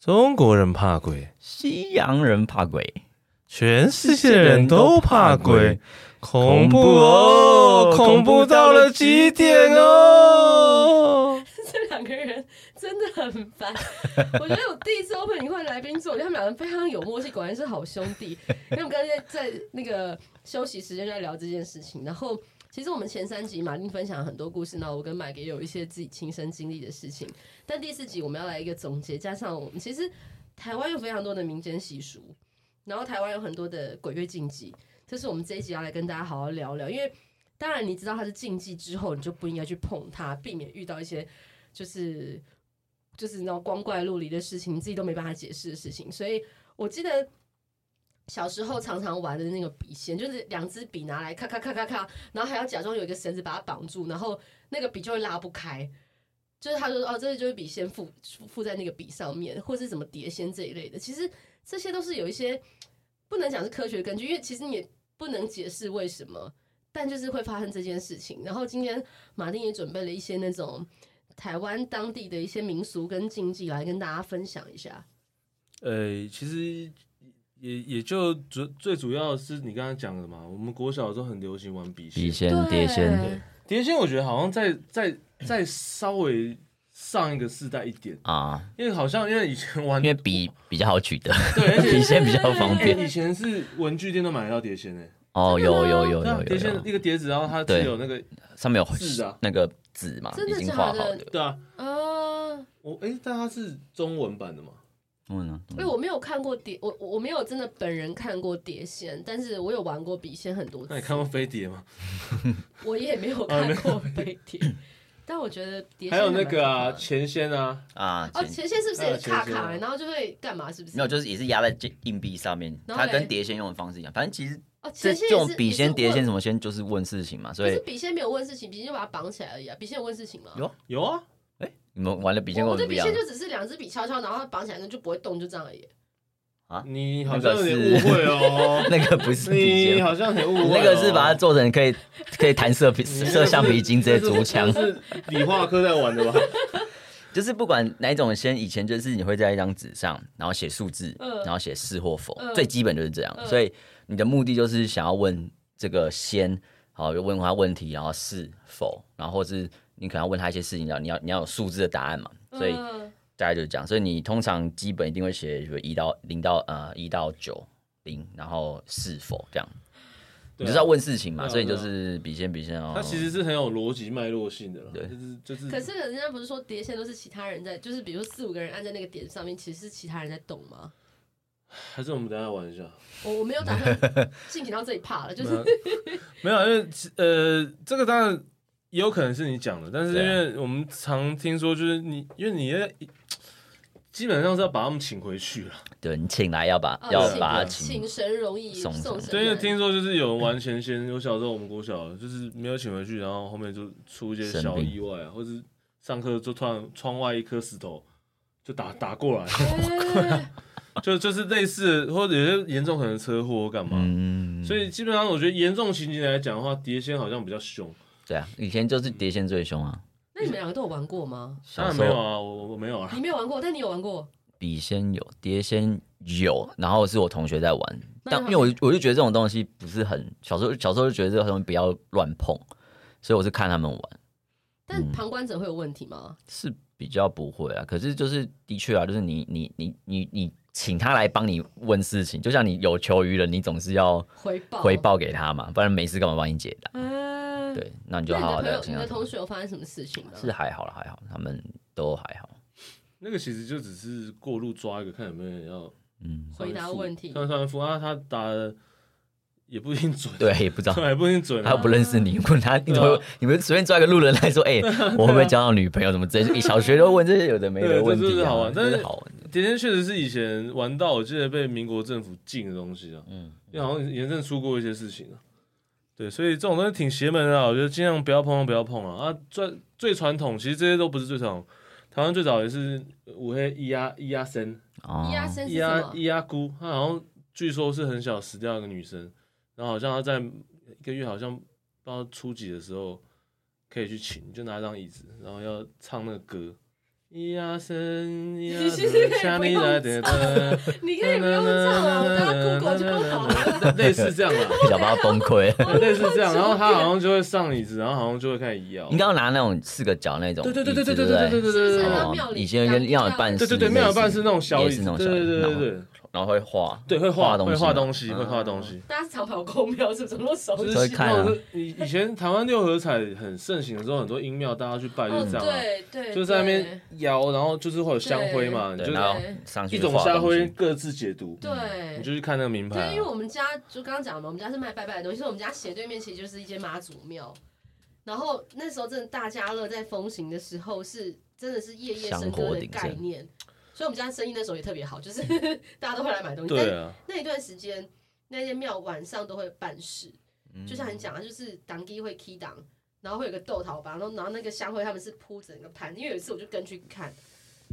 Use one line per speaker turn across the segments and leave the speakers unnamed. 中国人怕鬼，
西洋人怕鬼，
全世界人都怕鬼，恐
恐
怖
怖
哦
哦，
恐怖到了极点哦。
这两个人真的很烦。我觉得我第一次 open 一块来宾做，我觉得他们两个非常有默契，果然是好兄弟。因为我们刚才在在那个休息时间就在聊这件事情，然后其实我们前三集马丁分享了很多故事，然后我跟麦格也有一些自己亲身经历的事情，但第四集我们要来一个总结，加上我们其实台湾有非常多的民间习俗，然后台湾有很多的鬼月禁忌，这是我们这一集要来跟大家好好聊聊，因为。当然，你知道它是禁忌之后，你就不应该去碰它，避免遇到一些就是就是那种光怪陆离的事情，你自己都没办法解释的事情。所以我记得小时候常常玩的那个笔仙，就是两支笔拿来咔咔咔咔咔，然后还要假装有一个绳子把它绑住，然后那个笔就会拉不开。就是他就说哦，这就是笔仙附附附在那个笔上面，或是什么碟仙这一类的。其实这些都是有一些不能讲是科学根据，因为其实你也不能解释为什么，但就是会发生这件事情。然后今天马丁也准备了一些那种台湾当地的一些民俗跟禁忌来跟大家分享一下。
呃，其实也也就主最主要是你刚刚讲的嘛，我们国小的时候很流行玩笔
笔
仙，
仙、碟仙
对
碟仙我觉得好像再再再稍微上一个世代一点，
啊，
因为好像因为以前玩
因为笔比较好取得，
对，而且
笔仙比较方
哎
便。
以前是文具店都买得到碟仙诶，
哦，
真的
有
吗
有有
对啊
有有
碟仙
有，
一个碟子，然后它
对
是有那个
上面
字
有
啊
那个字嘛，
真的
已经
假
画好
的
的。
对啊，
啊，
我哎，但它是中文版的嘛，
嗯啊，
因为我没有看过碟，我我我没有真的本人看过碟仙，但是我有玩过笔仙很多
那
次
你，看过飞碟吗？
我也没有看过飞碟，但我觉得碟仙
还有那个啊，
蛮可
钱仙啊，
啊，
怕的哦，
前
前线是不是也是卡
还有
卡
前
的，
线
然后就会干嘛？是不是？
没有，就是也是压在这硬币上面，
然后
它
嘞
跟碟仙用的方式一样。反正其实
哦，
这
前线
这
也
种
是
笔仙、碟，
也
仙
是
什么仙就是问事情嘛，所
问可
以
是笔仙没有问事情，笔仙就把它绑起来而已啊，笔仙有问事情吗？
有
有啊，
你们玩的笔仙
我
跟
我
我
对
们不一
笔
样
仙。就只是两只笔敲敲，然后它绑起来就不会动，就这样而已。
你好像有点
那个
误
是。
会哦
那个不是笔
你
仙，
好像很误会哦、
那个是把它做成可以可以弹射皮
你那个是
射橡皮筋直接
那
竹
是
枪
那，是理化科在玩的吧？
就是不管哪一种仙，以前就是你会在一张纸上，然后写数字，
嗯
然后写是或否，
嗯
最基本就是这样。
嗯
所以你的目的就是想要问这个仙，好，就问他问题，然后是否，然后或是你可能要问他一些事情，然后你要你要有数字的答案嘛，所以
嗯
大概就是这样。所以你通常基本一定会写，比如一到零到呃一到九零，然后是否这样，你
对啊
就是要问事情嘛，
对啊
所以你就
对啊
是笔仙笔仙哦。
它其实是很有逻辑脉络性的啦，
对
就是就是。
可是人家不是说碟仙都是其他人在，就是比如说四五个人按在那个点上面，其实是其他人在动吗？
还是我们等一下玩一下。
我我没有打 算进行到这一趴了，就是
没有，因为呃，这个当然也有可能是你讲的，但是因
对啊
为我们常听说，就是你因为你要基本上是要把他们请回去了。
对你请来要把
哦
要
请
把它请
请神容易
送
送
神
神
对，因为
难
听说就是 有人玩钱仙，我小时候我们国小就是没有请回去，然后后面就出一些
生
小
病
意外啊，或是上课就突然窗外一颗石头就打打过来，
哎
就就是类似或者有些严重可能车祸或干嘛。
嗯
所以基本上，我觉得严重情节来讲的话，碟仙好像比较凶。
对啊，以前就是碟仙最凶啊。
那你们两个都有玩过吗？
当
小
然
时
没有
候
啊，我我我没有啊。
你没有玩过，但你有玩过。
笔仙有，碟仙有，然后是我同学在玩，
那
但因为我就我就觉得这种东西不是很小时候小时候就觉得这种东西不要乱碰，所以我是看他们玩嗯
但旁观者会有问题吗？
是比较不会啊，可是就是的确啊，就是你你你你你请他来帮你问事情，就像你有求于人，你总是要
回报
回。报给他嘛，不然没事干嘛帮你解答？
嗯，
对，那你就
那
好好啊
你的
的
朋友、
请
你
他
的。同学有发生什么事情吗？
是啊还好了，还好，他们都还好。
那个其实就只是过路抓一个，看有没有人要
嗯，
回答问题
看算付啊，他打的也不一定准，
对，也不知道
对，也不一定准啊。
他不认识你，问他，你怎么你们随便抓一个路人来说，哎、我会不会交到女朋友？怎么这些小学都问这些有的没
对
的
这
问题、啊？
就是好玩但
这
是
是好玩的。
碟仙确实是以前玩到，我记得被民国政府禁的东西啊，
嗯，
因为好像严正出过一些事情啊。对，所以这种东西挺邪门的啊，我觉得尽量不要碰，不要碰啊。啊，最最传统，其实这些都不是最传统。台湾最早也是五黑伊阿伊阿森、
哦
伊，阿森
伊
，E 是
阿
什么？
伊阿姑，她好像据说是很小死掉一个女生，然后好像她在一个月好像不知道初几的时候可以去请，就拿一张椅子，然后要唱那个歌。咿呀声，咿
你
呀
其实
声
可以，
下
不
你
用
来的灯，
你可以不用唱 啊，我大家 Google 就好了。
类似这样啦，
小包崩溃。
类似这样，然后他好像就会上椅子，然后好像就会开始摇
应。该要拿那种四个角那种椅
对对
子，
对对对对
不
对对对对对
是不
对
是
哦
庙里
以前有个庙里办事，
对对对，庙有办是那种小
也
椅
是
子，
那种
对
小椅
对对
子
对
然后
对，
然后会画，
对会画
东
会
西，
画东西，会画
嗯
东西。
大家常跑公庙，是不是？怎么那么熟
就
都会
是
看啊
那种以以前台湾六合彩很盛行的时候，很多音庙大家去拜就是这样啊，
哦对对，
就在那边摇，然后就是会有香灰嘛，你
对，
就
然
后
后上去
一种
画
香
东
灰
西，
各自解读，
对
你。就去看那个名
对，
牌
因为
啊。
我们家就刚刚讲嘛，我们家是卖拜拜的东西，所以我们家斜对面其实就是一间妈祖庙。然后那时候真的大家乐在风行的时候，是真的是夜夜笙歌的概念，所以我们家生意那时候也特别好，就是大家都会来买东西。
对
但
啊，
那一段时间，那间庙晚上都会办事，
嗯
就像你讲的，就是挡机会 key 挡，然后会有个豆桃吧，然后然后那个香灰他们是铺整个盘，因为有一次我就跟去看，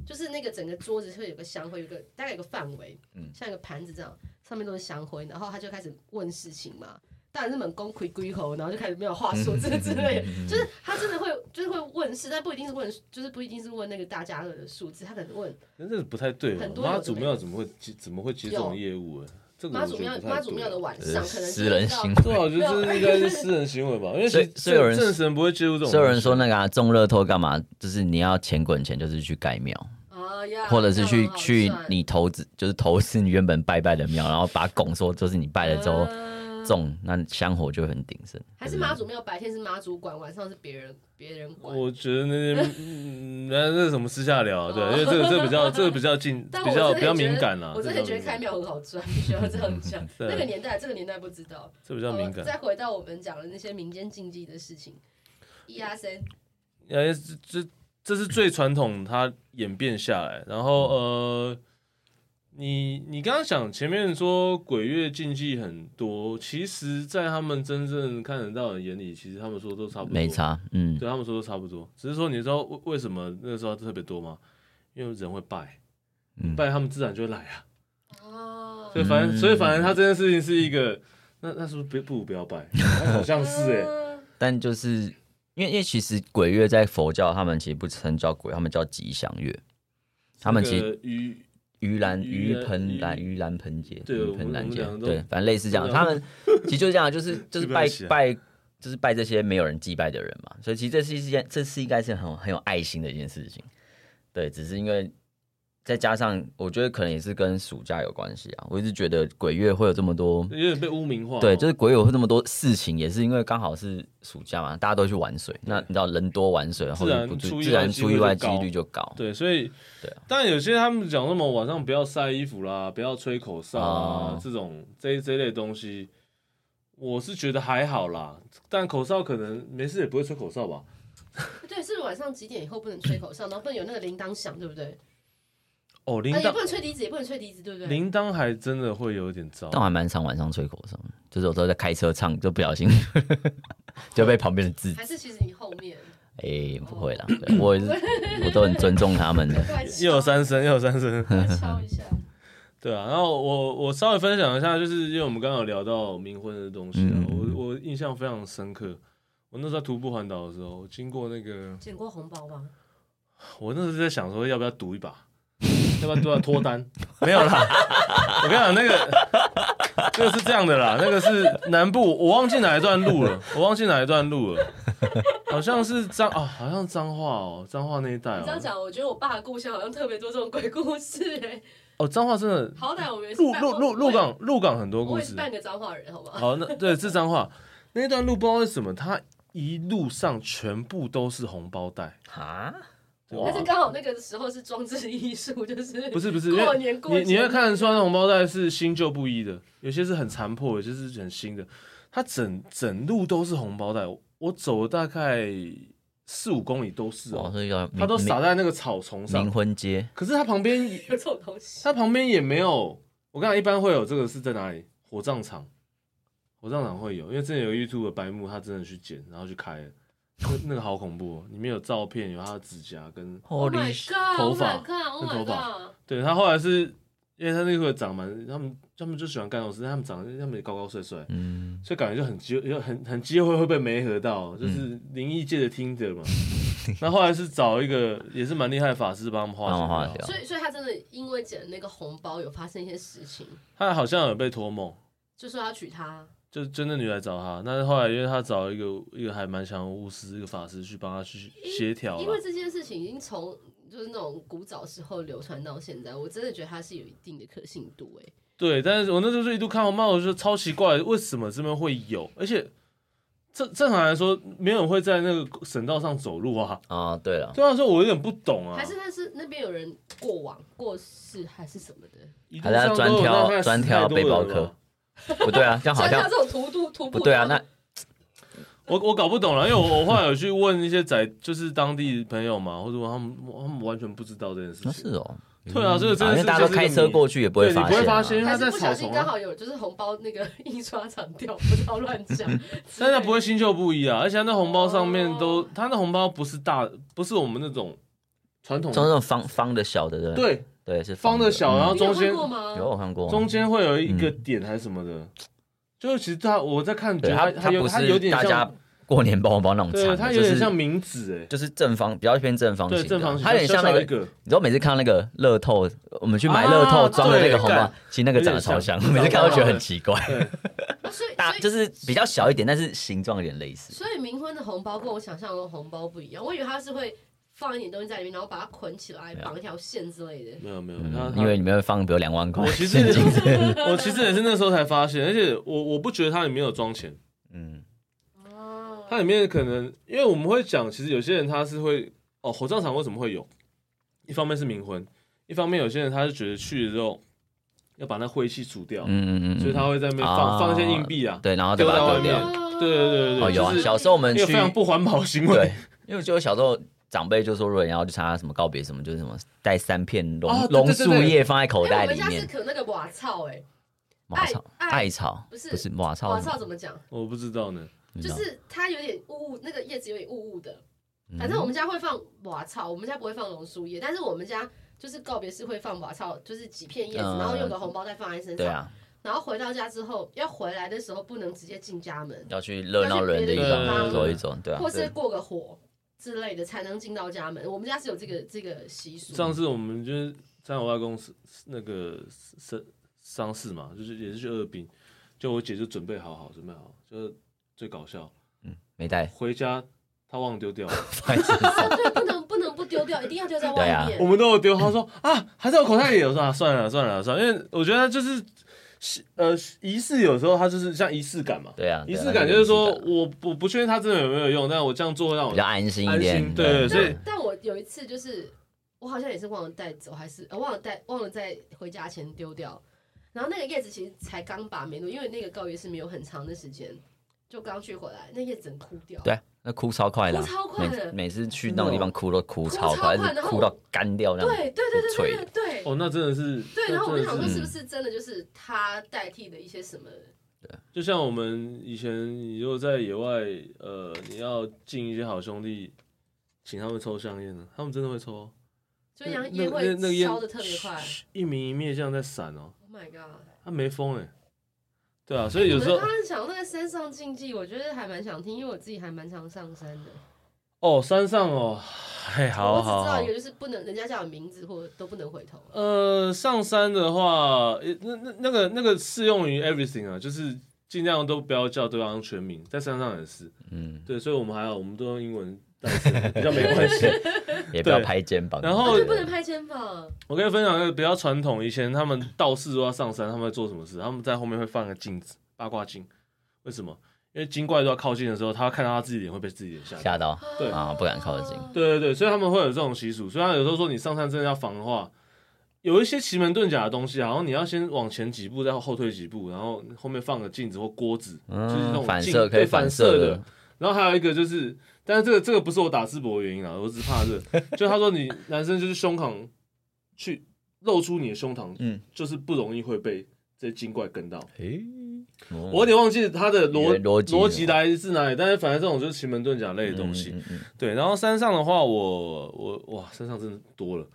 就是那个整个桌子会有个香灰，有个大概有个范围，
嗯
像一个盘子这样，上面都是香灰，然后他就开始问事情嘛，当然是猛攻鬼鬼口，然后就开始没有话说这之 类的，就是他真的会就是会问事，但不一定是问，就是不一定是问那个大家乐的数字，他可能问
那这不太对吧
很？多有的
妈祖庙怎么会接怎么会接这种业务啊？这个
妈
我
祖
觉
庙
得不
妈
太
祖庙的
对。
晚
这
上
是
可能
私人行
行，
对啊，我觉得这应该是私人行为吧，因为其实
所以所以有人
正正神不会介入这种。
所以有人说那个啊中乐透干嘛？就是你要钱滚钱，就是去盖庙，
啊呀，
或者是去
那很好
去
赚
你投资，就是投资你原本拜拜的庙，然后把拱说就是你拜了之后
啊
中，那香火就会很鼎盛。
还是妈祖庙白天是妈祖管，晚上是别人别人管。
我觉得那些，嗯那那什么私下聊啊，对，因为这个这个比较这个比较近，
但
比较
我
比
真的
较
觉得
敏感啊。
我真的觉得开
这比较敏感
庙很好赚， 必须要这样讲。
对
那个年代，这个年代不知道。
这比较敏
呃
感。
再回到我们讲的那些民间禁忌的事情，一压三
呃，这这这是最传统，它演变下来。然后呃，你你刚刚想前面说鬼月禁忌很多，其实，在他们真正看得到的眼里，其实他们说都差不多，
没差，嗯，
对他们说都差不多。只是说，你知道为为什么那时候特别多吗？因为人会拜，
嗯
拜他们自然就会来啊。
哦
所以反正，
嗯
所以反正他这件事情是一个，那那是不是不不如不要拜？好像是哎、
呃
但就是因为因为其实鬼月在佛教，他们其实不称叫鬼，他们叫吉祥月。他们其实
那个鱼
盂兰
盂
盂
兰
盆兰
盂
盂兰盆节，
对
盂盆兰节
我们我们两，个都
对，反正类似这样。
都
他们其实就是这样， 就是就是拜
基本上是啊
拜，就是拜这些没有人祭拜的人嘛。所以其实这是一件，这是应该是很很有爱心的一件事情。对，只是因为再加上，我觉得可能也是跟暑假有关系啊。我一直觉得鬼月会有这么多，
有点被污名化哦，
对，就是鬼友会这么多事情，也是因为刚好是暑假嘛，大家都去玩水。那你知道人多玩水，或者不注意，
自
自
然
然
出
出
意
意
外
外
几
几
率
率就高。
对，所以
对啊
但有些他们讲什么晚上不要晒衣服啦，不要吹口哨啊，
哦
这种这这类东西，我是觉得还好啦。但口哨可能没事也不会吹口哨吧？
对，是不是晚上几点以后不能吹口哨，然后不能有那个铃铛响，对不对？
哦，铃
啊，也
铛
不能吹笛子，也不能吹笛子，对不对？
铃铛还真的会有点糟
但。我还蛮常晚上吹口哨的，就是有时候在开车唱，就不小心 就被旁边的字，
还是其实你后面
哎、不会啦，对我也是我都很尊重他们的。
快敲
又有三声，又有三声，
快敲一下，
对啊。然后我我稍微分享一下，就是因为我们刚刚有聊到冥婚的东西啊，
嗯嗯嗯
我我印象非常深刻。我那时候在徒步环岛的时候，我经过那个
捡过红包吗？
我那时候在想说，要不要赌一把，要不要赌要脱单？没有啦，我跟你讲，那个那个是这样的啦，那个是南部，我忘记哪一段路了，我忘记哪一段路了，好像是彰啊，好像彰化哦，彰化那一带
你这样
哦，
讲，我觉得我爸的故乡好像特别多这种鬼故事哎、
哦，彰化真的
好歹我们也是
鹿
半
鹿鹿鹿港鹿港很多
我
故
也是
事，
半个彰化人，好不好？
好，那对是彰化那一段路，不知道为什么它一路上全部都是红包袋，
啊，
但是刚好那个时候是装置艺术，就是
不是不是，因为
过年过
你
节
你会看得出来，那红包袋是新旧不一的，有些是很残破，有些是很新的。它整整路都是红包袋，我我走了大概四五公里都是
我
哦，
说要
它都
冥
撒在那个草丛
冥
上。
婚街，
可是它旁边，
有这种东西，
它旁边也没有。我跟你讲，一般会有这个是在哪里？火葬场，火葬场会有，因为之前有 YouTube 的白木，他真的去捡，然后去开了，那那个好恐怖、哦，里面有照片，有他的指甲跟
Oh
Holy
my
shit
god！
哦头发
Oh my god！Oh
那
my
头发
god！
对他后来是因为他那个长蛮，他们他们就喜欢干这种事，他们长他们也高高帅帅，
嗯，
所以感觉就很机就很很机会会被媒合到，就是灵异界的听者嘛。那后来是找一个也是蛮厉害的法师帮他们
帮
化
我画
解掉
掉
所。以所以他真的因为捡那个红包有发生一些事情，
他好像有被托梦，
就说要娶她。
就真的女来找他，但是后来因为他找一个一个还蛮强的巫师，一个法师去帮他去协调
因
啦
为这件事情已经从就是那种古早时候流传到现在，我真的觉得它是有一定的可信度哎、
对，但是我那时候就一度看红帽，我觉得超奇怪，为什么这边会有？而且正正常来说，没有人会在那个省道上走路啊。
哦，对了，
对啊，所以我有点不懂啊。
还是但是那边有人过往过世还是什么的，
一路
还是他
上
专
都有
挑
大概
专
10
挑
太多
背包
人了吧
客？不对啊，这样好
像
像
他这种徒步徒步
不对啊，那
我我搞不懂啊了，因为我我后来有去问一些在就是当地朋友嘛，或者问他们，他们完全不知道这件事
啊
情。
是哦，
对啊，这个真
啊
的是
因为大家都开车过
去，
去也不
对
会
你
发
不会发
现
现，因
啊，
为他
还
在
是不
草
小心
丛
刚
啊，
好有就是红包那个 印刷厂掉，不知道乱讲，
但是他不会新旧不一啊，而且他那红包上面
哦
都，他那红包不是大，不是我们那种传统
从那种方方的小的对不对
对
对是
方的小，然后
你有
中
看
间
过
嗯有
吗？
我看过啊，
中间会有一个点还是什么的，就是其实他我在看，觉
嗯对
得
它
它
它
有
不
它有
是
点
大家
像，
过年包红包那种
对，
长
它
的，
有
就
点
是
像名字哎，
就是正方比较偏正方
对，
形的，
正方形，
它有点像
小
那
小
个
一个，
你知道每次看到那个乐透，我们去买乐透装的那个红包，
啊对
其实那个长得超像，每次看都觉得很奇怪。
对，
啊所以
大
所以
就是比较小一点，但是形状有点类似。
所以冥婚的红包跟我想象中的红包不一样，我以为它是会放一点东西在里面，然后把它捆起来，绑一条线之类的。
没有没有，它
嗯，
它
因为里面会放比如两万块
我其实
现金，
我其实也是那时候才发现，而且我我不觉得它里面有装钱，
嗯，
哦
它里面可能因为我们会讲，其实有些人他是会哦火葬场为什么会有，一方面是冥婚，一方面有些人他是觉得去了之后要把那晦气除掉，
嗯嗯 嗯，
所以他会在那边放、
啊
放一些硬币啊，
对，然后再把它丢
丢到外
掉
面。对对对对
哦，有啊，
就是
小时候我们
一个
去
非，常不环保的行为
对。，因为我记得我小时候长辈就说，如果你要去参加什么告别什么，就是什么带三片
哦
榕
对对
榕
对
树
对
叶放在口
哎
袋
我们
里
家是
面，
可那个瓦草哎、
马草
艾
艾草
不是
不是马草
瓦
什么，
草怎么讲？
我不知道呢，
你知
就
道
是它有点雾雾，那个叶子有点雾雾的。
嗯
反正我们家会放瓦草，我们家不会放榕树叶，但是我们家就是告别式会放瓦草，就是几片叶子，
嗯
然后用个红包袋放在身
对
上。
啊，
然后回到家之后，要回来的时候不能直接进家门，
要去热闹人的地
要去别的
方
地方
走一走，对啊，
或是
对
过个火之类的才能进到家门。我们家是有这个这个习俗。
上次我们就是在我外公是那个丧丧事嘛，就是也是去二兵，就我姐就准备好好准备好，就是最搞笑，
没带，
回家她忘了丢掉了，
放在身上
哦对，不能不能不丢掉，一定要丢在
对
外
啊
我
面。
们都有丢，她说啊还在我口袋里，我说啊算了算了算了，因为我觉得就是呃仪式有时候它就是像仪式感嘛，
对啊，
仪
对啊
式感就是说
那个仪式
我我不确定它真的有没有用，但我这样做会让
感
我
比较安心一
安
点
心，对所以
但但我有一次就是，我好像也是忘了带走，还是、呃、忘了带忘了在回家前丢掉。然后那个叶子其实才刚拔没多，因为那个告别是没有很长的时间，就刚去回来，那叶子整枯掉。
对啊，那哭超快的啊
哭超，快的
每每次去那种地
哦
方哭都哭超
哭超快
快，而且
然后
哭到干掉那种，
对对对对
脆
对对对。
哦那真的是
对，然后我就
那真的
想说，
是
是不是真的就是它代替了一些什么？
就像我们以前，你如果在野外，呃，你要敬一些好兄弟，请他们抽香烟呢，他们真的会抽哦，
所以杨
那
烟
那那个
会
烟
烧的特别快。
一明一灭这样在闪哦，
Oh my god！
它没风哎、对啊，所以有
我
时候
刚刚讲那个山上竞技，我觉得还蛮想听，因为我自己还蛮常上山的。
哦，山上哦，嘿，好
我
好
只知道
好
一个，就是不能人家叫你名字或者都不能回头。
呃，上山的话，呃那那那个那个适用于 everything 啊，就是尽量都不要叫对方全名，在山上也是，
嗯，
对，所以我们还好，我们都用英文代词，比较没关系。
也不要
对
拍肩膀。
然
哦，
后
就不能拍肩膀，
我可以分享一个比较传统，以前他们道士都要上山，他们会做什么事？他们在后面会放个镜子，八卦镜。为什么？因为精怪都要靠近的时候，他看到他自己脸会被自己脸吓到。
吓
哦
到，
对
啊不敢靠近
对对对，所以他们会有这种习俗。所以他有时候说你上山真的要防的话，有一些奇门遁甲的东西啊，好像你要先往前几步，再后退几步，然后后面放个镜子或锅子，就是那
嗯，
种
反
镜
射可以
对反
射
的。，然后还有一个就是，但是这个这个不是我打淄博的原因啊，我只是怕这 个就他说你男生就是胸膛去露出你的胸膛，
嗯
就是不容易会被这些精怪跟到。
诶，哦
我
嗯
有点忘记他的逻
原逻辑
逻辑来自哪里，但是反正这种就是奇门遁甲类的东西。
嗯嗯嗯
对，然后山上的话我，我哇，山上真的多了。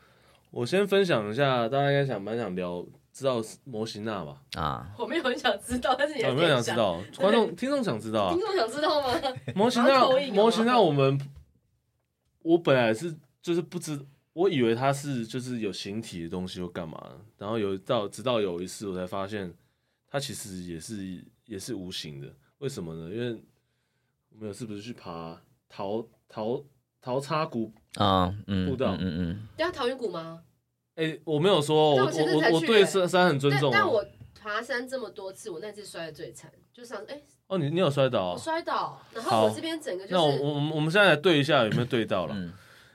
我先分享一下，大家应该想蛮想聊，知道摩西娜吧？
嗯啊，
我没有很想知道，但是你
啊有
还
没有想
想
知？道？观众听众想知道啊
听？众想知道吗？
模型
然
那
后投影啊
模型那我们我本来是就是不知，我以为它是就是有形体的东西或干嘛的，然后有到直到有一次我才发现，它其实也是也是无形的。为什么呢？因为我们有次不是去爬桃桃桃叉谷？
啊，嗯，
步道
嗯嗯嗯，
对啊，桃源谷吗？
哎、我没有说，我
但我前阵
我
才
我我
去
对
欸
山山很尊
但
重、
但
哦。
我爬山这么多次，我那次摔得最惨，就想哎、
哦，你你有摔倒、
我
啊？
摔倒，然
好
后我这边整个
那我
就是
我我们现在来对一下有没有对到了？
嗯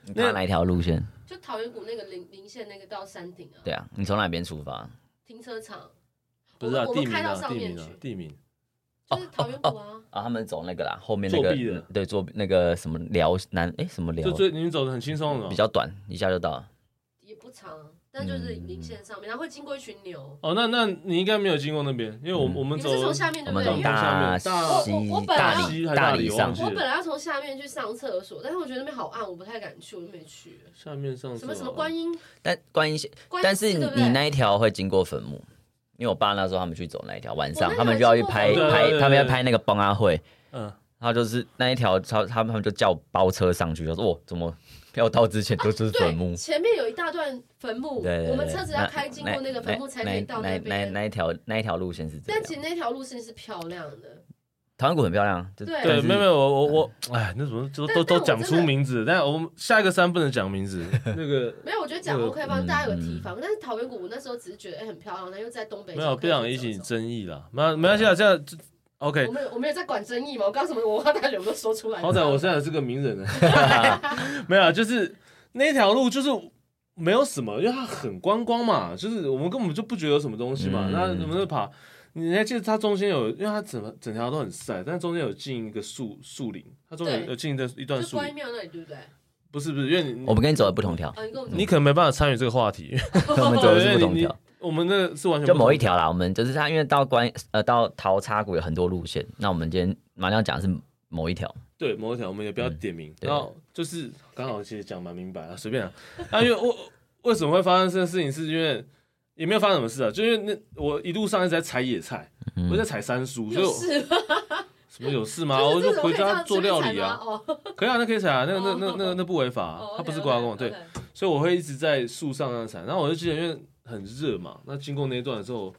你
那
爬哪一条路线？
就桃源谷那个林林线那个到山顶啊，
对啊，你从哪边出发？
停车场，
不是啊，
我
地
们
名
开到
啊，
上
地
面
名啊哦
去，，
地名。
就是桃源谷啊，
啊，他们走那个啦，后面那个嗯
作弊的
对，坐那个什么辽南，哎，什么辽
就最你们走的很轻松的嘛
比。较短，一下就到了。
也不长啊，但就是
嗯
林线上面，然后会经过一群牛。
哦，那那你应该没有经过那边，因为我
嗯
我们
你们
走
是从下面
我
对不
们
对？
走
从大西
因为
我
我我本来
大
要
理
大西
大
还
理
是
上
大理
去
忘
我
记
本来要从下面去上厕所，但是我觉得那边好暗，我不太敢去，我就没去。
下面上啊
什么什么观音，
但观音，
观
哦
音
但是
寺对不
你
对
那一条会经过坟墓，因为我爸那时候他们去走那一条，晚
我
上
那
他们
条
就要去
经过
拍
坟墓对对
拍，
对
他们要
对
拍那个帮阿会，
嗯，
然后就是那一条超，他们他们就叫包车上去，就说哦，怎么要到之前都是坟墓
对，？前面有一大段坟墓，
对对对，
我们车子要
那
开经过那个坟墓才可以到
那
那
那
边。
那一条那一条路线是这样
但。其实那条路线是漂亮的，
台湾谷很漂亮，啊就
对
对，
但是
没有没有，我我我，哎，那怎么都
但
都
但
都
我
讲
真
出
的
名字？但我们下一个山不能讲名 字，那个
没有，我觉得讲
那个
OK 帮大家有个提
嗯
防。但是桃源谷我那时候只是觉得哎很漂亮，然后又在东北角，
没有不想
可以
引
去
起
走走
争议啦，没没关系啊，这样这 OK
我。们我没有在管争议嘛，我刚什么文化大学我都说出来了。
好歹我现在是个名人 了，没有啊，就是那条路就是没有什么，因为它很观光嘛，就是我们根本就不觉得有什么东西嘛。
嗯
那我们就爬，你还记得它中间有，因为它整整条都很晒，但中间有进一个树树林，它中间
对
有进的一段
就
树
观音
林，
庙那里对不对？啊
不是不是，因为你
我们跟你走的不 同条，
啊，你跟我们
你可能没办法参与这个话题，
我们走的是不
对
同
你
条，
我们那个是完全
就
不同
某一条啦。我们就是它，因为到关呃到桃叉谷有很多路线，那我们今天马上要讲的是某一条。
对某一条，我们也不要点名。
对
然后就是刚好其实讲蛮明白了，随便啊。啊，因为我为什么会发生这件事情，是因为也没有发生什么事啊，就因为那我一路上一直在采野菜，
嗯
我在采山蔬，所以
有
我
事吗？
什么有事
就
吗？
是
我
这
就
种
回
可以这
家
样
做
吃
料
才
理
吗
啊，
哦
可以啊，那可以采啊，那那
哦
那那那不违法啊
哦，，
它不是瓜公，对，，所以我会一直在树上那采。然后我就记得，因为很热嘛，那经过那一段的时候，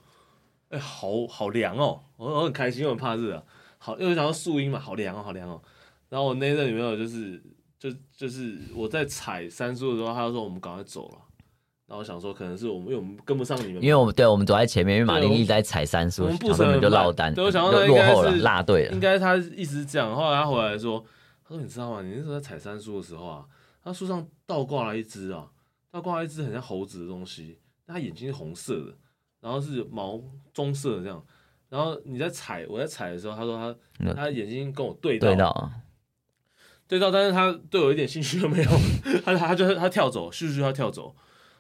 哎、好好凉哦，我我很开心，我很怕热啊。好，因为想到树荫嘛，好凉哦，好凉哦。然后我那一阵里面有就是就就是我在采杉树的时候，他就说我们赶快走了。然后我想说，可能是我们因为我们跟不上你们嘛，
因为我们对我们走在前面，因为马
对我
丁
们
一直在踩三叔，
我们
然
步
后
程
他们就
很慢
落单，
对
就
我想到那应
落
该
后了，
是
落队
应
了。
该他一直这样，后来他回来说，他说你知道吗？你那时候在采杉树的时候啊，他树上倒挂了一只啊，倒挂了一只很像猴子的东西，但它眼睛是红色的，然后是毛棕色的这样。然后你在采，我在采的时候，他说他
嗯
他眼睛跟我对到，
对到啊，
对到，但是他对我一点兴趣都没有， 他他就他跳走，咻咻他跳走。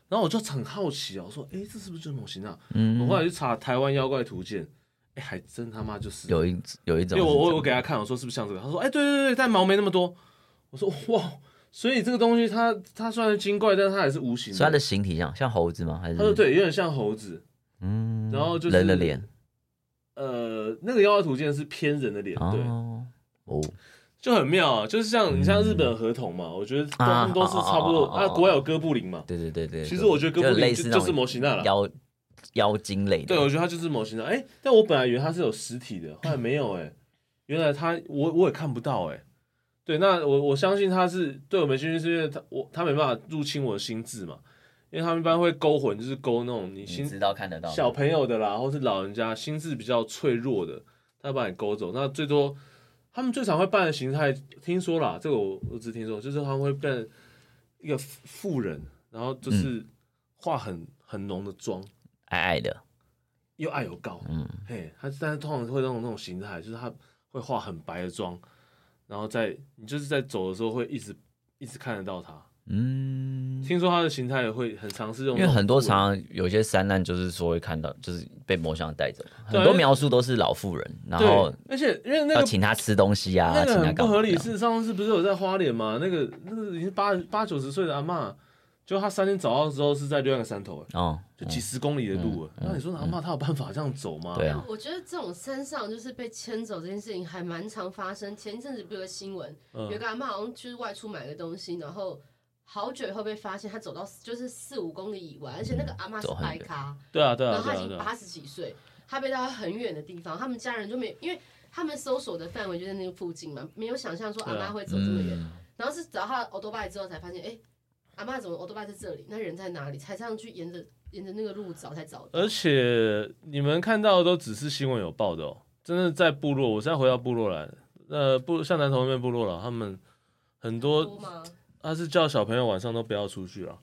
然后我就很好奇啊，我说，哎，这是不是就是某型啊？我
嗯
后，来去查《台湾妖怪图鉴》，哎，还真他妈就是
有一有一种
因为
是
我
这
我
样
我给他看，我说是不是像这个？他说，哎、对对对，但毛没那么多。我说哇，所以这个东西它它虽然是精怪，但它也是无形
所以它的形体像像猴子吗？还是
他说，对，有点像猴子。
嗯
然后就是
人的脸，
呃，那个妖怪图鉴是偏人的脸，对，
哦哦，
就很妙啊。就是像你像日本合同嘛，我觉
啊
得他们都是差不多。
啊啊啊啊
啊，国外有哥布林嘛，
对对对对。
其实
对
我觉得哥
就
布林
类
就
似
就是
那
模型娜
种
了。
妖妖精类的，
对，我觉得它就是模型娜。哎、但我本来以为它是有实体的，后来没有哎、 原来它我我也看不到哎、对，那我我相信它是对我没兴趣，是因为它我它没办法入侵我的心智嘛，因为他们一般会勾魂，就是勾那种你心
你知道看得到的
小朋友的啦，或是老人家心智比较脆弱的，他把你勾走。那最多他们最常会扮的形态，听说啦，这个我我只听说，就是他们会扮一个妇妇人，然后
嗯
就是化很很浓的妆，
矮矮的，
又矮又高，
嗯，
嘿，他但是通常会那种那种形态，就是他会化很白的妆，然后在你就是在走的时候会一直一直看得到他。
嗯，
听说他的形态也会很尝试用
因
那种，
为很多常常有些山难，就是说会看到，就是被魔像带走，
对
很多描述都是老妇人，然
对
后，
而且因为那
要
个
请他吃东西啊，
那个
请他
很不
干嘛
合
这
理。
样
是上次不是有在花莲吗？那个那个已经八八九十岁的阿嬷，就他三天找到之后是在另外一个山头，哎
哦，
就几十公里的路了。
嗯嗯
那你说阿妈他有办法这样走吗？
对啊，
我觉得这种山上就是被牵走这件事情还蛮常发生。前一阵子不有个新闻，
嗯
有个阿妈好像就是外出买个东西，然后好久以后被发现，她走到就是四五公里以外，而且那个阿妈是
走很
白
远
咖，
对啊，对
然
啊，
后
对
她已
啊，对
经
啊，
八十几岁，她被带到很远的地方，他们家人就没因为。他们搜索的范围就在那个附近嘛，没有想象说阿
对啊
妈会走这么远。
嗯，
然后是找到她的 o d o b 之后才发现，哎、阿妈怎么 o d o b 在这里？那人在哪里？才上去沿着沿着那个路找才找到。
而且你们看到的都只是新闻有报的哦，真的在部落，我现在回到部落来，呃，部像南投那边部落了，他们很多
多吗？
他是叫小朋友晚上都不要出去了，啊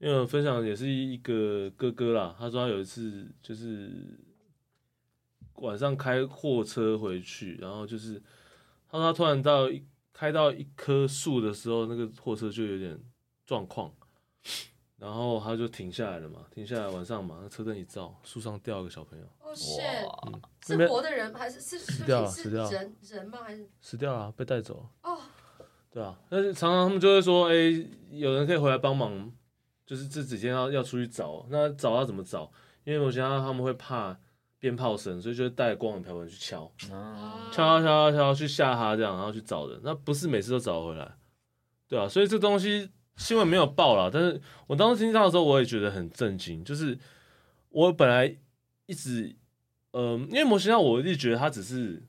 因为我分享也是一个哥哥啦，他说他有一次就是晚上开货车回去，然后就是他说他突然到一开到一棵树的时候，那个货车就有点状况，然后他就停下来了嘛，停下来晚上嘛，那车灯一照，树上掉一个小朋友，
哦、shit！
哇，
那
是
边
活的人还是是是
掉了
是
死掉了
人人吗？还是
死掉了啊，被带走了。
哦？
对啊，但是常常他们就会说，哎、有人可以回来帮忙，就是这几天要要出去找，那找要怎么找？因为我想到他们会怕鞭炮声，所以就会带光影瓢盆去敲，
哦
敲敲敲敲去吓他这样，然后去找人。那不是每次都找回来，对啊，所以这东西新闻没有报啦，但是我当时听到的时候，我也觉得很震惊，就是我本来一直，嗯、因为模型上我一直觉得它只是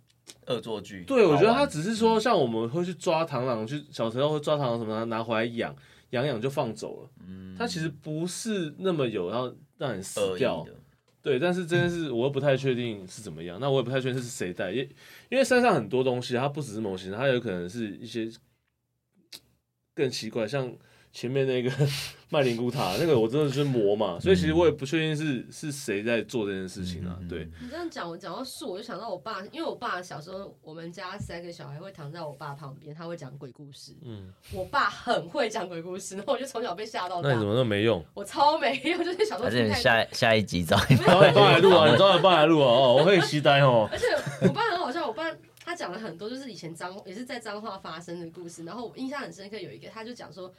恶作剧，
对，我觉得
好
他
玩
只是说，像我们会去抓螳螂，去小时候会抓螳螂什么的，拿回来养，养养就放走了。
嗯
它其实不是那么有要让你死
恶意
掉，
的，
对。但是这件事我又不太确定是怎么样，那我也不太确定是谁带，也因为山上很多东西，它不只是模型，它有可能是一些更奇怪，像前面那个 麦林古塔那个，我真的是魔嘛，所以其实我也不确定是是谁在做这件事情啊。
嗯
对，
你这样讲，我讲到树，我就想到我爸，因为我爸小时候，我们家三个小孩会躺在我爸旁边，他会讲鬼故事。
嗯，
我爸很会讲鬼故事，然后我就从小被吓到
那你
大
怎，么那么没用？
我超没用，就是小时候
还是
听
你
太
下下一集找一
早点帮来录啊， 你早点帮来录啊，哦，我会期待哦。
而且我爸很好笑，我爸他讲了很多就是以前彰也是在彰化发生的故事，然后我印象很深刻有一个，他就讲说，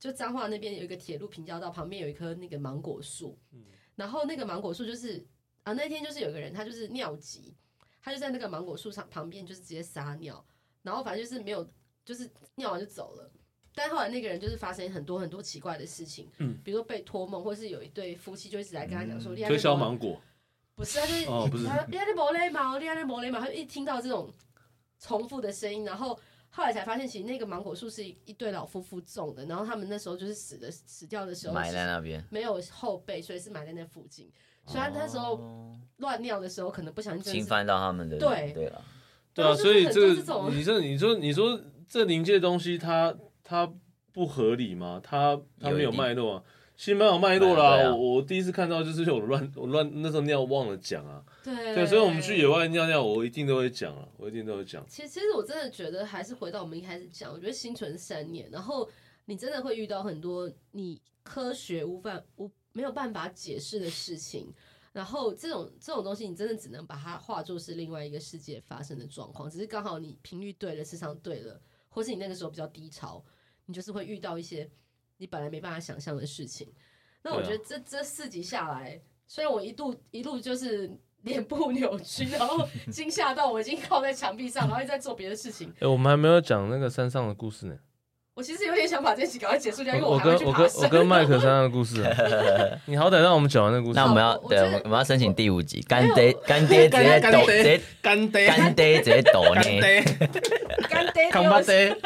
就彰化那边有一个铁路平交道旁边有一棵那个芒果树，
嗯
然后那个芒果树就是啊那天就是有个人他就是尿急，他就在那个芒果树上旁边就是直接撒尿，然后反正就是没有就是尿完就走了。但后来那个人就是发生很多很多奇怪的事情，
嗯
比如说被托梦，或是有一对夫妻就一直来跟他讲 说，
推销芒果
不是，他就是
哦不是
他说你在磨雷毛，你在磨雷毛，他就一听到这种重复的声音，然后后来才发现，其实那个芒果树是一一对老夫妇种的，然后他们那时候就是死的死掉的时候
埋在
是
那边，
没有后背，所以是埋在那附近。所以他那时候
哦
乱尿的时候，可能不小心真
侵
的是
犯到他们的，
对
对了，
对啊，
就是
所以
很
这
多
个
这种
你这你说你说这临界东西它它不合理吗？它它没有
有一定
脉络啊，其实蛮有脉络啦。
对啊
我我第一次看到就是有乱我乱那时候尿忘了讲啊，
对
对，所以我们去野外尿尿，我一定都会讲啊，我一定都会讲。
其实，其实我真的觉得还是回到我们一开始讲，我觉得心存善念，然后你真的会遇到很多你科学无法无没有办法解释的事情，然后这种这种东西，你真的只能把它化作是另外一个世界发生的状况，只是刚好你频率对了，磁场对了，或是你那个时候比较低潮，你就是会遇到一些你本来没办法想象的事情。那我
对啊
觉得这、这四集下来，虽然我一度一路就是脸部扭曲，然后惊吓到我已经靠在墙壁上，然后一直在做别的事情。
哎、我们还没有讲那个山上的故事呢。
我其实有点想把这集赶快结束掉，因为
我
还
跟
要去
我
爬
跟我
山。
跟麦克山上的故事、啊 你好歹让我们讲完那故事
那。我们要
我我
对，
觉
我
得
们我们要申请第五集，干
有
爹干爹直接
干
抖，
爹
直接
干爹
干爹直接抖呢，
干
哎
爹给
干巴
我
爹，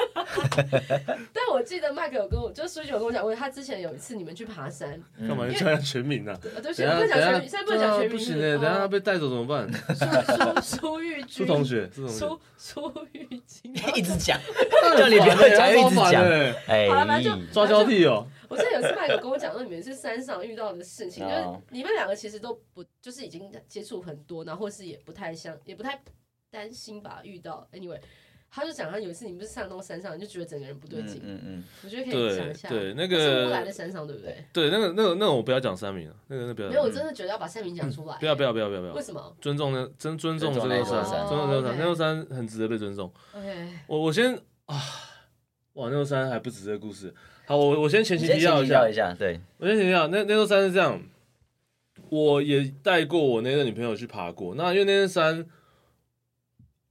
但我记得麦克有跟我，就是苏九有跟我讲过，他之前有一次你们去爬山，
干嘛？你叫他全名啊？
呃，对不起，
等
我
下等
不能讲
下
全名，现在不能
对
讲
啊
全
不
名。
行的，等下他被带走怎么办？
哦苏苏苏玉
苏
君，
同学，苏同学，
苏苏玉君。
一直讲，叫你不要讲，一直讲，
讲，
哎
好了反正，
抓交替哦。
我记得有一次麦克跟我讲说，你们是山上遇到的事情，就是
哦
你们两个其实都不，就是已经接触很多，然后或是也不太相，也不太担心吧遇到。Anyway，他就讲他有一次你们不是上东山上，你就觉得整个人不对
嗯
劲，
嗯嗯，
我觉得可以讲
对
哎一下。
对，那
是乌来的
个
山上对不对？
对那个那个那个我不要讲三名了，那个那个不要
没有，
讲，
我真的觉得要把山名讲出来。
嗯不要不要不要不要不
为
要，
什么
尊重那尊尊重这
尊重
座
那座
山，
山
尊重这座山，
哦
那座山很值得被尊重。
？OK，
我我先啊，哇，那座山还不止这个故事。好，我我先前
你
情
先
提
先
要
提
一下
到，一下，对，
我先想想，那那座山是这样，我也带过我那个女朋友去爬过。那因为那座山，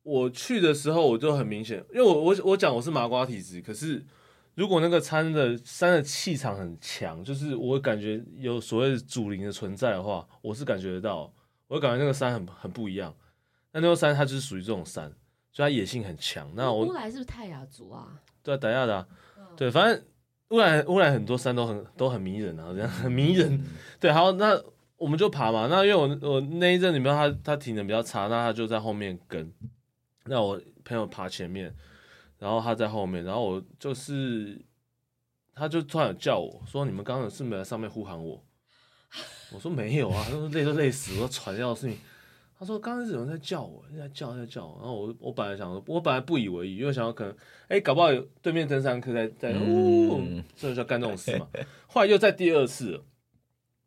我去的时候我就很明显，因为我我我讲我是麻瓜体质，可是如果那个山的山的气场很强，就是我感觉有所谓的祖灵的存在的话，我是感觉得到，我会感觉那个山很很不一样。那那座山它就是属于这种山，所以它野性很强。那我
乌来是不是泰雅族啊？
对啊，等一下的、啊，对，反正污染污染很多山都很都很迷人啊，这样很迷人。对，好，那我们就爬嘛。那因为我我那一阵里面他他体能比较差，那他就在后面跟，那我朋友爬前面，然后他在后面，然后我就是，他就突然有叫我说：“你们刚刚有是没有在上面呼喊我？”我说：“没有啊。”他说：“累都累死了，我说喘要命。”他说：“刚开始有人在叫我，在叫在叫我。”然后我我本来想说，我本来不以为意，因为想要可能，哎，搞不好有对面登山客在在呜
嗯，
所以就干这种事嘛。后来又在第二次了，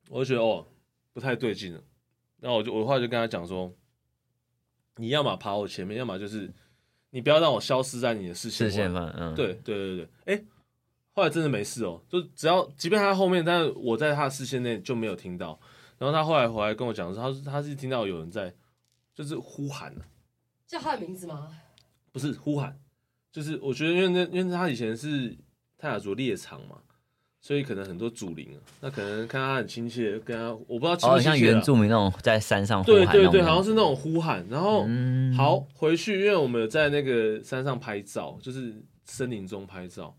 我就觉得哦不太对劲了，然后我就我后来就跟他讲说，你要么爬我前面，要么就是你不要让我消失在你的视线
视
外
线范，嗯，，
对对对对，哎、后来真的没事哦，就只要即便他后面，但是我在他的视线内就没有听到。然后他后来回来跟我讲说，他是他是听到有人在就是呼喊啊
叫他的名字吗？
不是呼喊，就是我觉得因为那因为他以前是泰雅族猎场嘛。所以可能很多祖灵啊，那可能看他很亲切，跟他我不知道亲
哦，
不
像
亲切、啊
原住民那种在山上呼
对
喊那
对
种
对，
感觉，
好像是那种呼喊。然后、
嗯
好回去，因为我们有在那个山上拍照，就是森林中拍照。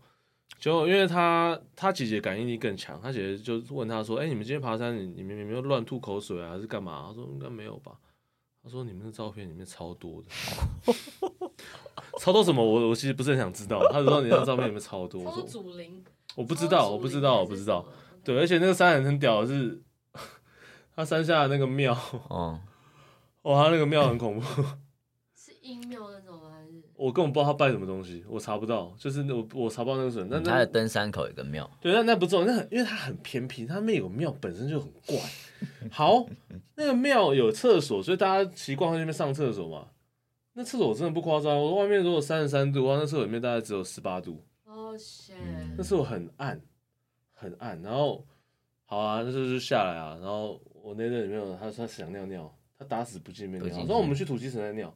结果因为他他姐姐感应力更强，他姐姐就问他说：“哎、你们今天爬山，你你们有没有乱吐口水啊，还是干嘛？”他说：“应该没有吧。”他说：“你们的照片里面超多的， 超多什么？我我其实不是很想知道。”他说：“你的照片里面超多。”我
超
说
祖灵，：“
我不知道，我不知道，我不知道。”。对，而且那个山很很屌的是， 他山下的那个庙。
哦，
哇，他那个庙很恐怖，
是阴庙那种吗？还是
我根本不知道他拜什么东西，我查不到，就是我我查不到那个神。那
他
那
的登山口有个庙，
对，那那不重要，那很因为它很偏僻，它那个庙本身就很怪。好，那个庙有厕所，所以大家习惯会去那边上厕所嘛。那厕所我真的不夸张，我外面如果三十三度，哇，那厕所里面大概只有十八度，
哦，天，
嗯
那时候很暗，很暗。然后，好啊，那时候就下来啊。然后我那阵里面有他说他想尿尿，他打死不进里面
不进
尿。
去
那我们去土鸡城再尿，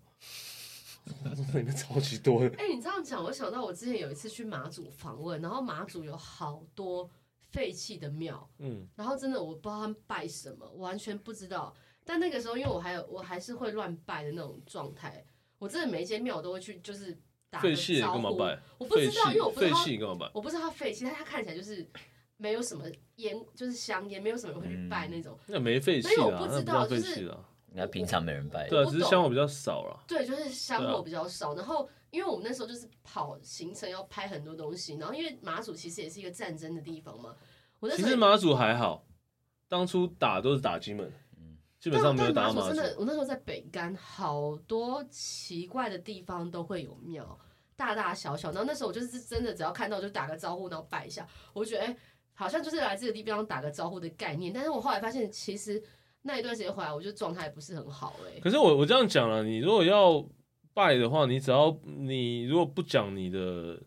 他说那里面超级多的。
哎、你这样讲，我想到我之前有一次去马祖访问，然后马祖有好多废弃的庙，
嗯，
然后真的我不知道他们拜什么，我完全不知道。但那个时候，因为我还有我还是会乱拜的那种状态，我真的每一间庙我都会去，就是打个
废弃你
招
干嘛
呼。
拜？
我不
废
知道，因为我
弃
不知
废
道
弃你干嘛拜？
我不知道它废弃，但它看起来就是没有什么烟，就是香烟，没有什么人会去
嗯
拜那种。
那没废弃
没有我
啊，
不
那
知
不
道
叫废
就是
弃啊。
应该平常没人拜，
对啊，
我
只是
懂
香火比较少了。
对，就是香
对啊
火比较少。然后因为我们那时候就是跑行程要拍很多东西，然后因为马祖其实也是一个战争的地方嘛，我那
其
时候
实马祖还好，当初打都是打金门，基本上没有
但但
打到
马
马
真
祖。
的，啊我那时候在北干，好多奇怪的地方都会有庙，大大小小。然后那时候我就是真的，只要看到就打个招呼，然后拜一下，我就觉得哎、好像就是来这个地方打个招呼的概念。但是我后来发现，其实那一段时间回来，我就状态不是很好哎、
可是我我这样讲了，你如果要拜的话，你只要你如果不讲你的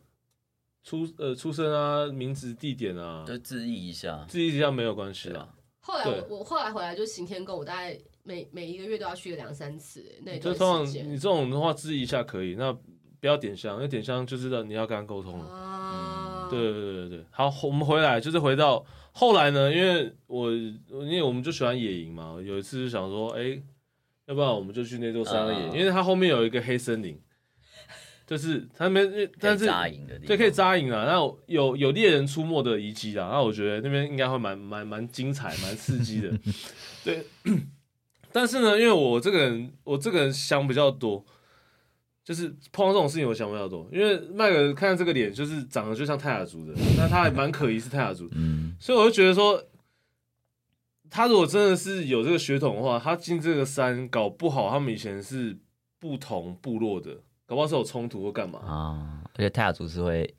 出呃出生啊、名字、地点啊，
就致意一下，
自己这样没有关系啦。
后来
对
我我后来回来就行天宫，我大概每每一个月都要去个两三次、哎那一
就
段
通常
时间
你这种的话，自己一下可以，那不要点香，因为点香就是让你要跟他沟通了。嗯
啊，
对对对对对，好，我们回来就是回到后来呢，因为我因为我们就喜欢野营嘛，有一次就想说，哎、要不然我们就去那座山野营，
嗯
因为它后面有一个黑森林，就是它没，因为但
啊可以
是
扎营的地方，
对，可以扎营啊。那有有猎人出没的遗迹啊，那我觉得那边应该会蛮蛮蛮精彩、蛮刺激的。对，但是呢，因为我这个人，我这个人想比较多，就是碰到这种事情我想比较多。因为麦尔看这个脸，就是长得就像泰雅族的，那他还蛮可疑是泰雅族，
嗯，
所以我就觉得说，他如果真的是有这个血统的话，他进这个山，搞不好他们以前是不同部落的，搞不好是有冲突或干嘛。
啊，而且泰雅族是会，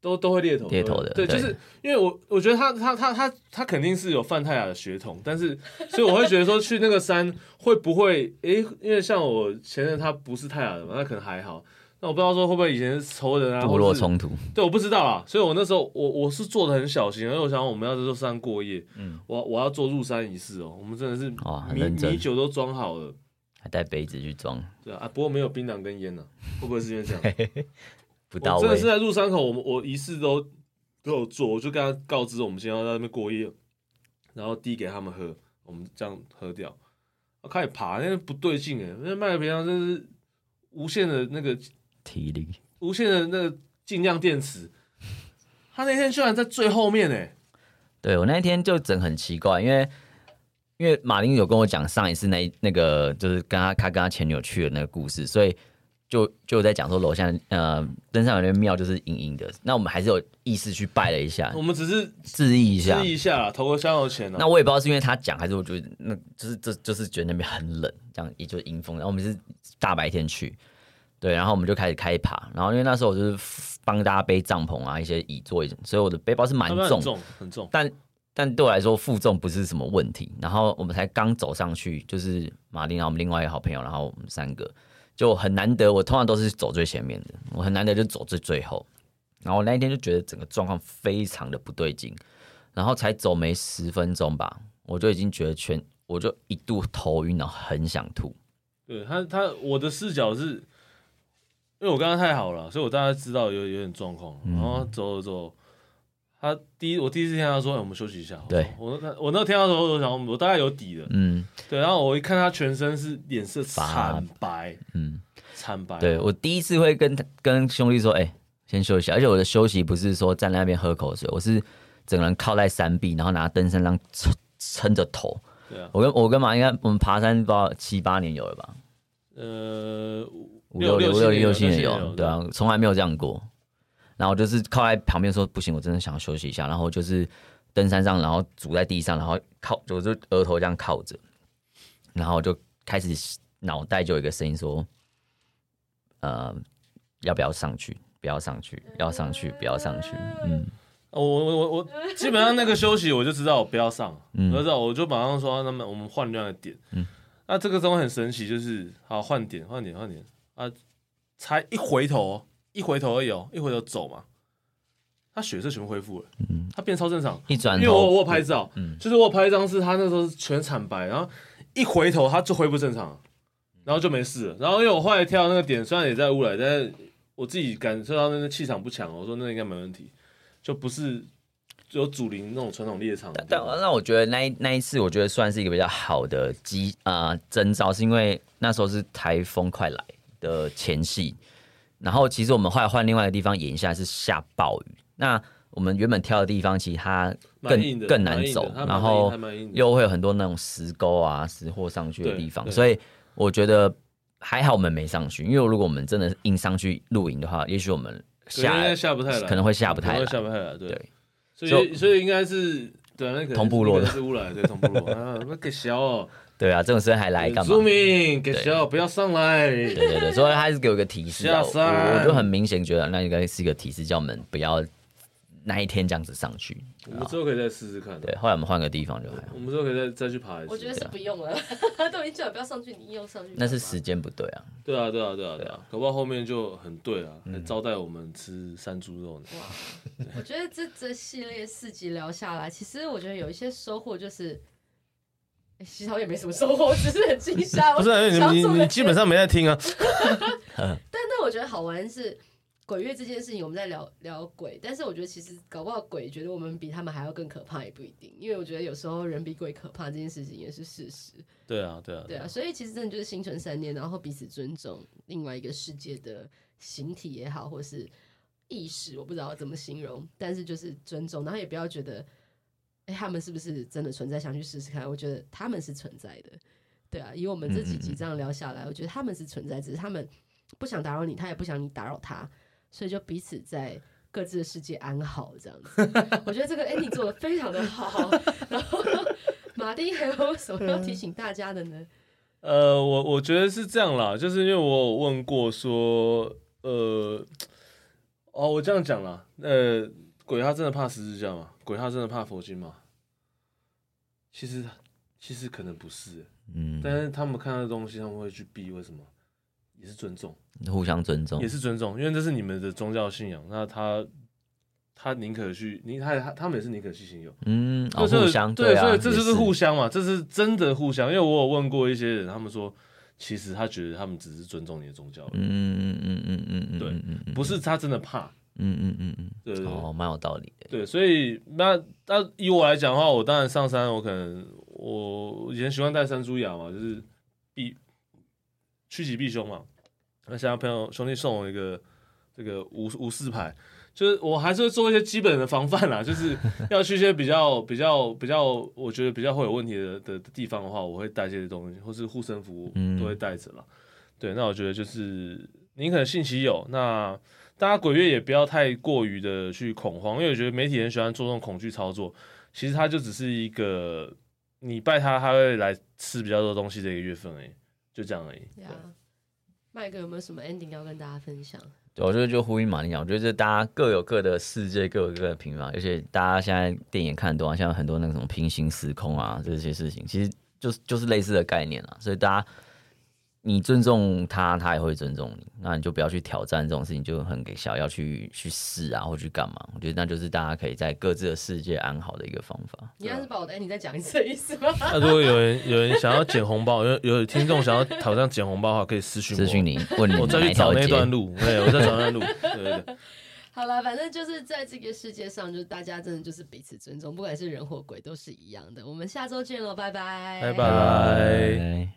都都会猎头，
猎头
都会
的
对，
对
就是因为我我觉得他他他他他肯定是有泛泰雅的血统，但是所以我会觉得说去那个山会不会诶，因为像我前任他不是泰雅的嘛，那可能还好。那那我不知道说会不会以前是仇人啊，
部落
或是
冲突，
对，我不知道啊，所以我那时候我我是做的很小心，因为我想我们要在这座山过夜，
嗯，
我我要做入山仪式哦，我们真的是
哇很
米、
认真
米酒都装好了，
还带杯子去 装，
对啊，啊不过没有槟榔跟烟呢、会不会是因为这样？
不到
我真的
位
是，在入山口，我们我仪式都都有做，我就跟他告知我们今天要在那边过夜，然后递给他们喝，我们这样喝掉。啊、开始爬，那不对劲哎，那麦克平常真是无限的那个
体力
无线的那个尽量电池，他那天居然在最后面哎，
对我那一天就整很奇怪，因为因为马林有跟我讲上一次那一那个就是跟他他跟他前女友去的那个故事，所以就就有在讲说楼下呃登山有那庙就是阴阴的，那我们还是有意识去拜了一下
我，们只是
哦致哎意一哦
试
下。
一下啦，投个香油钱
那
啊。
我也不知道是因为他讲，还是我觉得那就是这就是觉得那边很冷，这样也就阴风。然后我们是大白天去，对，然后我们就开始开爬。然后因为那时候我就是帮大家背帐篷啊，一些椅座，所以我的背包是蛮
他们
哦重
很
的。
重，很重。
但但对我来说负重不是什么问题。然后我们才刚走上去，就是马丁，然后我们另外一个好朋友，然后我们三个就很难得。我通常都是走最前面的，我很难得就走最最后。然后我那一天就觉得整个状况非常的不对劲，然后才走没十分钟吧，我就已经觉得全，我就一度头晕，然后很想吐。
对他，他我的视角是，因为我刚刚太好了，所以我大概知道有有点状况。然后
嗯
走走走，他第一我第一次听他说，哎，我们休息一下。
对
我那我那天他说，我想我大概有底了。
嗯
对，然后我一看他全身是脸色惨白，
嗯，
惨白。
对我第一次会跟跟兄弟说，哎、先休息一下。而且我的休息不是说站在那边喝口水，我是整个人靠在山壁，然后拿登山杖撑撑着头。
对啊，
我跟我跟马应该我们爬山不知道七八年有了吧，
呃，
五
六
六
六七
六
年
六
有
七年
六七年
有，
有
对啊，从来没有这样过。然后我就是靠在旁边说不行，我真的想休息一下。然后我就是登山杖，然后拄在地上，然后靠，我就额头这样靠着，然后我就开始脑袋就有一个声音说，呃，要不要上去？不要上去，要上去，不要上去。嗯，
哦我我我我基本上那个休息我就知道我不要上，
嗯
我就知道我就马上说那么我们换另外一个点。
嗯
那这个东西很神奇，就是好换点换点换点啊，才一回头一回头而已哦，一回头走嘛，他血色全部恢复了，
嗯
他变超正常。
一转
因为我我
头，
有拍照，
嗯
就是我有拍一张是他那时候全惨白，然后一回头他就恢复正常了，然后就没事了。然后因为我后来跳那个点，虽然也在乌来，但是我自己感受到那个气场不强，哦我说那应该没问题，就不是只有祖灵那种传统猎场的地
但
方。
那我觉得那一那一次，我觉得算是一个比较好的机啊征兆，是因为那时候是台风快来的前戏，然后其实我们后来换另外一个地方演一下是下暴雨，那我们原本挑的地方其实它
蛮硬的
更更
蛮
难
硬的
走
它蛮
然
硬
后
它蛮硬的
又会有很多那种石沟啊、石货上去的
对
地方，
对
所以我觉得还好我们没上去，因为如果我们真的硬上去露营的话，也许我们
对应
下
该下不太来，
可能会下不
可
太
能
来
会。下不太来，对
对。
所
所
以
以
所以应该是对啊，那可能
同部落的
那可能是乌来，对同部落啊，那给小哦，
对啊，这种时候还 来干嘛？
朱明给小哦不要上来，
对对对，所以他是给我一个提示啊，
吓
我
死啊
我就很明显觉得那应该是一个提示，叫我们不要那一天这样子上去。
我们之后可以再试试看。啊
对，后来我们换个地方就还好，
我们之后可以再再去爬一次。
我觉得是不用了， 都已经叫你不要上去，你硬要上去干嘛，
那是时间不对啊。
对啊，对啊，对啊，对啊，搞不好后面就很对啊，还招待我们吃山猪肉呢。
我觉得这这系列四集聊下来，其实我觉得有一些收获就是，诶其实好像也没什么收获，我只是很惊吓。
不是， 啊
我想
你
做
你
的
你基本上没在听啊。
但但我觉得好玩是鬼月这件事情，我们在聊聊鬼，但是我觉得其实搞不好鬼觉得我们比他们还要更可怕也不一定，因为我觉得有时候人比鬼可怕这件事情也是事实。
对啊，对啊，
对啊，所以其实真的就是心存善念，然后彼此尊重另外一个世界的形体也好，或是意识，我不知道怎么形容，但是就是尊重，然后也不要觉得，哎、他们是不是真的存在，想去试试看。我觉得他们是存在的，对啊，以我们这几集这样聊下来，我觉得他们是存在，只是他们不想打扰你，他也不想你打扰他，所以就彼此在。各自的世界安好，这样 子，我觉得这个 ending 做的非常的好。然后马丁还有什么要提醒大家的呢？
呃，我我觉得是这样啦，就是因为我有问过说，呃，哦，我这样讲啦，呃，鬼他真的怕十字架吗？鬼他真的怕佛经吗？其实其实可能不是欸、
嗯，
但是他们看到的东西，他们会去避，为什么？也是尊重，
互相尊重
也。是尊重，因为这是你们的宗教信仰。那他他宁可去，宁他他他们也是宁可去信友，
嗯，哦，
所以
互相
对，
啊，
所以这
也
就是
是
互相嘛，这是真的互相。因为我有问过一些人，他们说其实他觉得他们只是尊重你的宗教而已，
嗯嗯嗯嗯嗯，
对
嗯嗯嗯
不是他真的怕。
嗯嗯嗯嗯
对对
嗯，
对
哦，蛮有道理的。
对，所以那那以我来讲的话，我当然上山，我可能我以前喜欢带山猪牙嘛，就是避趋吉避凶嘛。那现在朋友兄弟送我一个这个无无四牌，就是我还是会做一些基本的防范啦，就是要去一些比较比较比较，我觉得比较会有问题的的的地方的话，我会带一些东西，或是护身符
嗯
都会带着啦。对，那我觉得就是宁可信其有，那大家鬼月也不要太过于的去恐慌，因为我觉得媒体很喜欢做这种恐惧操作，其实它就只是一个你拜它，它会来吃比较多东西的一个月份而已，就这样而已。
呀、啊麦哥有没有什么 ending 要跟大家分享？
对，我觉得就呼应玛丽讲，我觉得这大家各有各的世界，各有各的平方，而且大家现在电影看得多啊，像很多那种平行时空啊这些事情，其实就是就是类似的概念啊。所以大家你尊重他，他也会尊重你，那你就不要去挑战这种事情，就很给小要去去试啊，或去干嘛。我觉得那就是大家可以在各自的世界安好的一个方法。
你要是把我的 ending 再讲一次的意思吗？
那如果有人有人想要捡红包， 有有听众想要挑战捡红包的话，可以私讯我，
咨询你，问你
我再
哪
去
一
找
条
那
街？
段路，对，我再找那段路，对对对，
好了，反正就是在这个世界上，就是大家真的就是彼此尊重，不管是人或鬼都是一样的。我们下周见喽，拜拜，
拜拜
拜